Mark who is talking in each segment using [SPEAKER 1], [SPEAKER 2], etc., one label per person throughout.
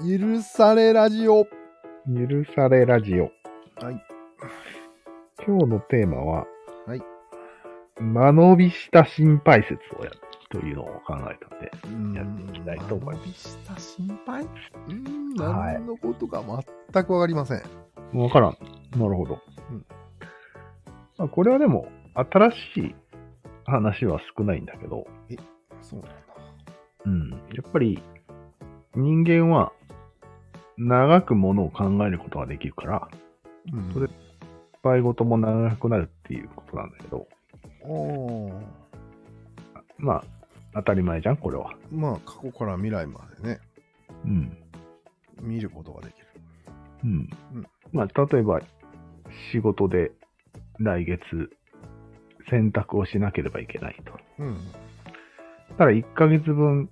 [SPEAKER 1] ゆるされラジオ。
[SPEAKER 2] ゆるされラジオ。
[SPEAKER 1] はい。
[SPEAKER 2] 今日のテーマは、
[SPEAKER 1] はい。
[SPEAKER 2] 間延びした心配説をやるというのを考えたんで、
[SPEAKER 1] や。
[SPEAKER 2] やっていきたいと思います
[SPEAKER 1] した心配うーん、
[SPEAKER 2] はい
[SPEAKER 1] 何のことか全くわかりません。
[SPEAKER 2] わからん。なるほど。
[SPEAKER 1] うん
[SPEAKER 2] まあ、これはでも、新しい話は少ないんだけど、
[SPEAKER 1] そうなんだ。
[SPEAKER 2] うん。やっぱり、人間は、長くものを考えることができるから、
[SPEAKER 1] うん
[SPEAKER 2] それ失敗事も長くなるっていうことなんだけど、
[SPEAKER 1] おー
[SPEAKER 2] まあ、当たり前じゃん、これは。
[SPEAKER 1] まあ、過去から未来までね、
[SPEAKER 2] うん。
[SPEAKER 1] 見ることができる。
[SPEAKER 2] うん
[SPEAKER 1] うん。
[SPEAKER 2] まあ、例えば、仕事で来月、選択をしなければいけないと。
[SPEAKER 1] うん。
[SPEAKER 2] ただ、1ヶ月分、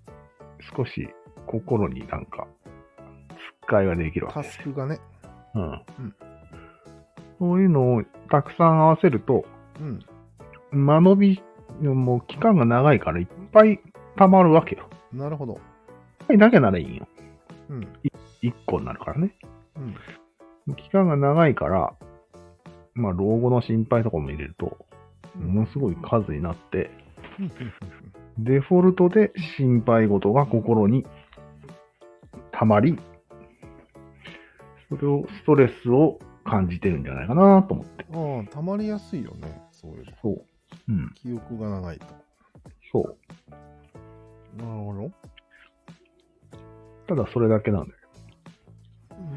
[SPEAKER 2] 少し心になんか、つっかえができるわけ
[SPEAKER 1] タ
[SPEAKER 2] で
[SPEAKER 1] ス
[SPEAKER 2] す。
[SPEAKER 1] クがね。
[SPEAKER 2] うん。
[SPEAKER 1] ん
[SPEAKER 2] そういうのをたくさん合わせると、
[SPEAKER 1] うん。
[SPEAKER 2] 間延び、もう期間が長いからいっぱい溜まるわけよ。
[SPEAKER 1] なるほど。
[SPEAKER 2] いっぱいなきゃならいいんよ。
[SPEAKER 1] うん。
[SPEAKER 2] 1個になるからね。
[SPEAKER 1] うん。
[SPEAKER 2] 期間が長いから、まあ、老後の心配とかも入れると、ものすごい数になって、
[SPEAKER 1] うん
[SPEAKER 2] デフォルトで心配事が心に溜まり、それを、ストレスを感じてるんじゃないかなと思って。
[SPEAKER 1] うん。ああ、たまりやすいよね。そういうの。
[SPEAKER 2] そう。うん。
[SPEAKER 1] 記憶が長いと。
[SPEAKER 2] そう。
[SPEAKER 1] なるほど。
[SPEAKER 2] ただそれだけなんだよ。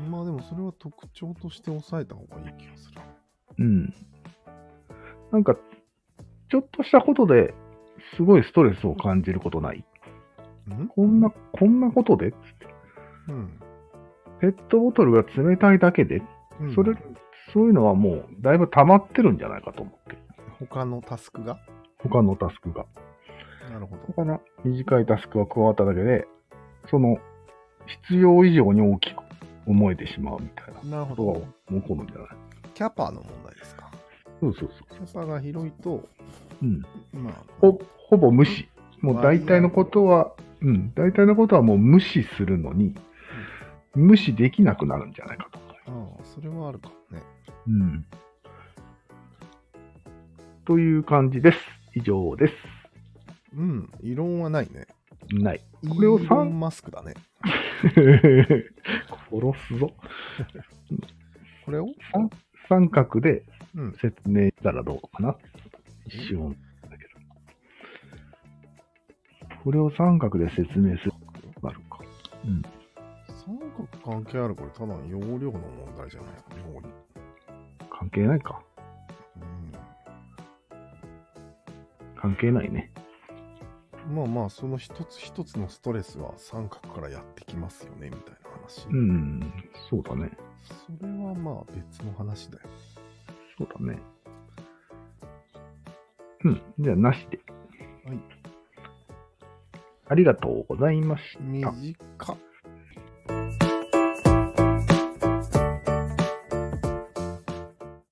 [SPEAKER 1] まあでもそれは特徴として抑えた方がいい気がする。
[SPEAKER 2] うん。なんか、ちょっとしたことですごいストレスを感じることない。
[SPEAKER 1] うん
[SPEAKER 2] こんな、こんなことで
[SPEAKER 1] うん。
[SPEAKER 2] ペットボトルが冷たいだけで
[SPEAKER 1] うん
[SPEAKER 2] それ、そういうのはもうだいぶ溜まってるんじゃないかと思って。
[SPEAKER 1] 他のタスクが
[SPEAKER 2] 他のタスクが。
[SPEAKER 1] なるほど。
[SPEAKER 2] だから短いタスクが加わっただけで、その必要以上に大きく思えてしまうみたいなこ
[SPEAKER 1] なるほ
[SPEAKER 2] と
[SPEAKER 1] ど。
[SPEAKER 2] が起こるんじゃない
[SPEAKER 1] キャパの問題ですか。
[SPEAKER 2] そうそうそ
[SPEAKER 1] キャパが広いと、
[SPEAKER 2] う。うん。
[SPEAKER 1] まあ、
[SPEAKER 2] ほ、ほぼ無視。もう大体のことは、うん、大体のことはもう無視するのに、無視できなくなるんじゃないかと思う。
[SPEAKER 1] ああそれはあるかもね。
[SPEAKER 2] うん。という感じです。以上です。
[SPEAKER 1] うん、異論はないね。
[SPEAKER 2] ない。
[SPEAKER 1] こ
[SPEAKER 2] これを
[SPEAKER 1] イ
[SPEAKER 2] さ
[SPEAKER 1] ーロンマスクだね。
[SPEAKER 2] 殺すぞ。
[SPEAKER 1] これを
[SPEAKER 2] 三三角で
[SPEAKER 1] うん。
[SPEAKER 2] 説明したらどうかな。一瞬だけど。これを三角で説明するなるか。
[SPEAKER 1] 三角関係あるこれ、ただの容量の問題じゃない容量
[SPEAKER 2] 関係ないか。関係ないね。
[SPEAKER 1] うん、まあまあ、その一つ一つのストレスは三角からやってきますよね、みたいな話。
[SPEAKER 2] うん、そうだね。
[SPEAKER 1] それはまあ別の話だよ。
[SPEAKER 2] そうだね。うん、じゃあなしで。
[SPEAKER 1] はい。
[SPEAKER 2] ありがとうございました。
[SPEAKER 1] 短っ。